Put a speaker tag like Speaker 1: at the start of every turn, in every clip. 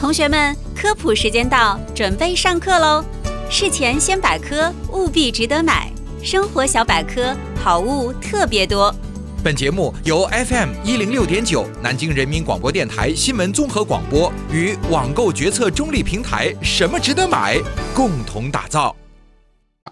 Speaker 1: 同学们，科普时间到，准备上课喽！事前先百科，务必值得买。生活小百科，好物特别多。
Speaker 2: 本节目由 FM 一零六点九南京人民广播电台新闻综合广播与网购决策中立平台“什么值得买”共同打造。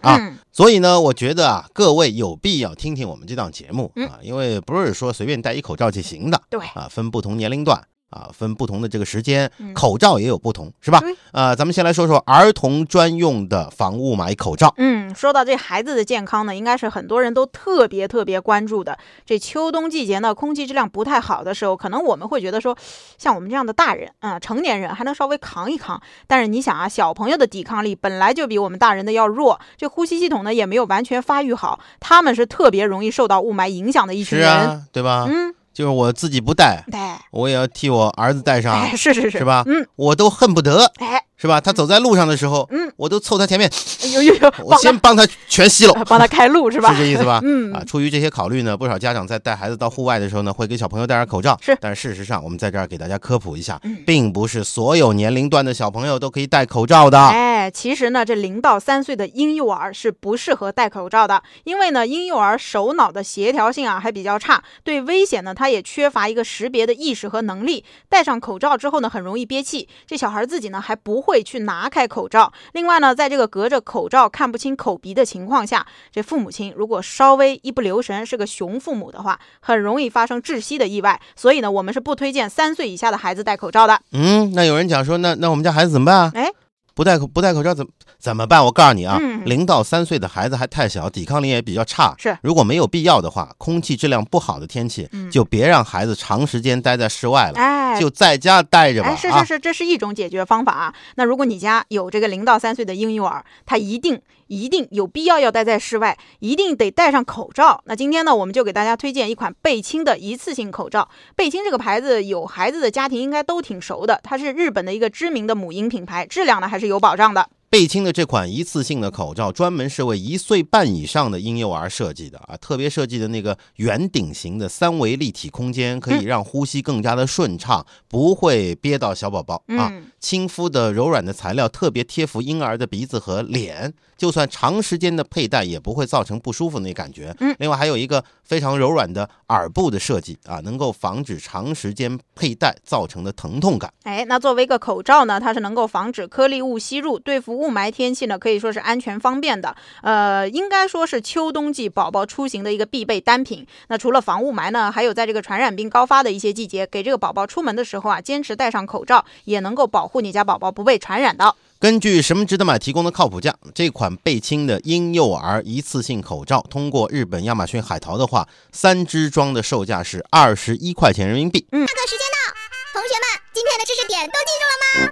Speaker 3: 啊
Speaker 4: 嗯
Speaker 3: 所以呢，我觉得啊，各位有必要听听我们这档节目
Speaker 4: 嗯
Speaker 3: 啊，因为不是说随便戴一口罩就行的，
Speaker 4: 对
Speaker 3: 啊，分不同年龄段啊，分不同的这个时间
Speaker 4: 嗯，
Speaker 3: 口罩也有不同，是吧
Speaker 4: 对？
Speaker 3: 呃，咱们先来说说儿童专用的防雾霾口罩。
Speaker 4: 嗯，说到这孩子的健康呢，应该是很多人都特别特别关注的。这秋冬季节呢，空气质量不太好的时候，可能我们会觉得说，像我们这样的大人啊、成年人还能稍微扛一扛。但是你想啊，小朋友的抵抗力本来就比我们大人的要弱，这呼吸系统呢也没有完全发育好，他们是特别容易受到雾霾影响的一群
Speaker 3: 是
Speaker 4: 人。
Speaker 3: 啊，对吧？
Speaker 4: 嗯，
Speaker 3: 就是我自己不戴，
Speaker 4: 对，
Speaker 3: 我也要替我儿子戴上
Speaker 4: 哎，，是是是，
Speaker 3: 是吧？
Speaker 4: 嗯，
Speaker 3: 我都恨不得，
Speaker 4: 哎，
Speaker 3: 是吧？他走在路上的时候，
Speaker 4: 嗯，
Speaker 3: 我都凑他前面，
Speaker 4: 呦呦呦，
Speaker 3: 我
Speaker 4: 帮
Speaker 3: 先帮他全吸了
Speaker 4: 他。帮他开路是吧？？
Speaker 3: 是这意思吧
Speaker 4: 嗯
Speaker 3: 啊，出于这些考虑呢，不少家长在带孩子到户外的时候呢，会给小朋友戴上口罩。
Speaker 4: 是
Speaker 3: 但是事实上，我们在这儿给大家科普一下
Speaker 4: 嗯，
Speaker 3: 并不是所有年龄段的小朋友都可以戴口罩的。
Speaker 4: 哎，其实呢，这零到三岁的婴幼儿是不适合戴口罩的，因为呢，婴幼儿手脑的协调性啊还比较差，对危险呢，他也缺乏一个识别的意识和能力。戴上口罩之后呢，很容易憋气，这小孩自己呢还不会去拿开口罩。另外呢，在这个隔着口罩看不清口鼻的情况下，这父母亲如果稍微一不留神是个熊父母的话，很容易发生窒息的意外。所以呢，我们是不推荐三岁以下的孩子戴口罩的。
Speaker 3: 嗯，那有人讲说，那那我们家孩子怎么办啊？
Speaker 4: 哎，
Speaker 3: 不戴口不戴口罩怎么怎么办？我告诉你啊
Speaker 4: 嗯，
Speaker 3: 零到三岁的孩子还太小，抵抗力也比较差。
Speaker 4: 是嗯
Speaker 3: 如果没有必要的话，空气质量不好的天气，就别让孩子长时间待在室外了，
Speaker 4: 哎，
Speaker 3: 就在家待着吧。
Speaker 4: 哎，是
Speaker 3: 啊
Speaker 4: 是是，这是一种解决方法啊。那如果你家有这个零到三岁的婴幼儿，他一定一定有必要要待在室外，一定得戴上口罩。那今天呢，我们就给大家推荐一款贝亲的一次性口罩。贝亲这个牌子，有孩子的家庭应该都挺熟的，它是日本的一个知名的母婴品牌，质量呢还是有保障的。
Speaker 3: 贝亲的这款一次性的口罩，专门是为一岁半以上的婴幼儿设计的啊，特别设计的那个圆顶型的三维立体空间，可
Speaker 4: 嗯
Speaker 3: 以让呼吸更加的顺畅，不会憋到小宝宝啊。
Speaker 4: 嗯
Speaker 3: 亲肤的柔软的材料特别贴服婴儿的鼻子和脸，就算长时间的佩戴也不会造成不舒服那感觉。
Speaker 4: 嗯
Speaker 3: 另外还有一个非常柔软的耳部的设计啊，能够防止长时间佩戴造成的疼痛感。
Speaker 4: 哎，那作为一个口罩呢，它是能够防止颗粒物吸入，对付雾霾天气呢，可以说是安全方便的。呃，应该说是秋冬季宝宝出行的一个必备单品。那除了防雾霾呢，还有在这个传染病高发的一些季节，给这个宝宝出门的时候啊，坚持戴上口罩，也能够保护你家宝宝不被传染到。
Speaker 3: 根据什么值得买提供的靠谱价，这款贝亲的婴幼儿一次性口罩，通过日本亚马逊海淘的话，三支装的售价是二十一块钱人民币。
Speaker 5: 上课时间到，同学们，今天的知识点都记住了吗？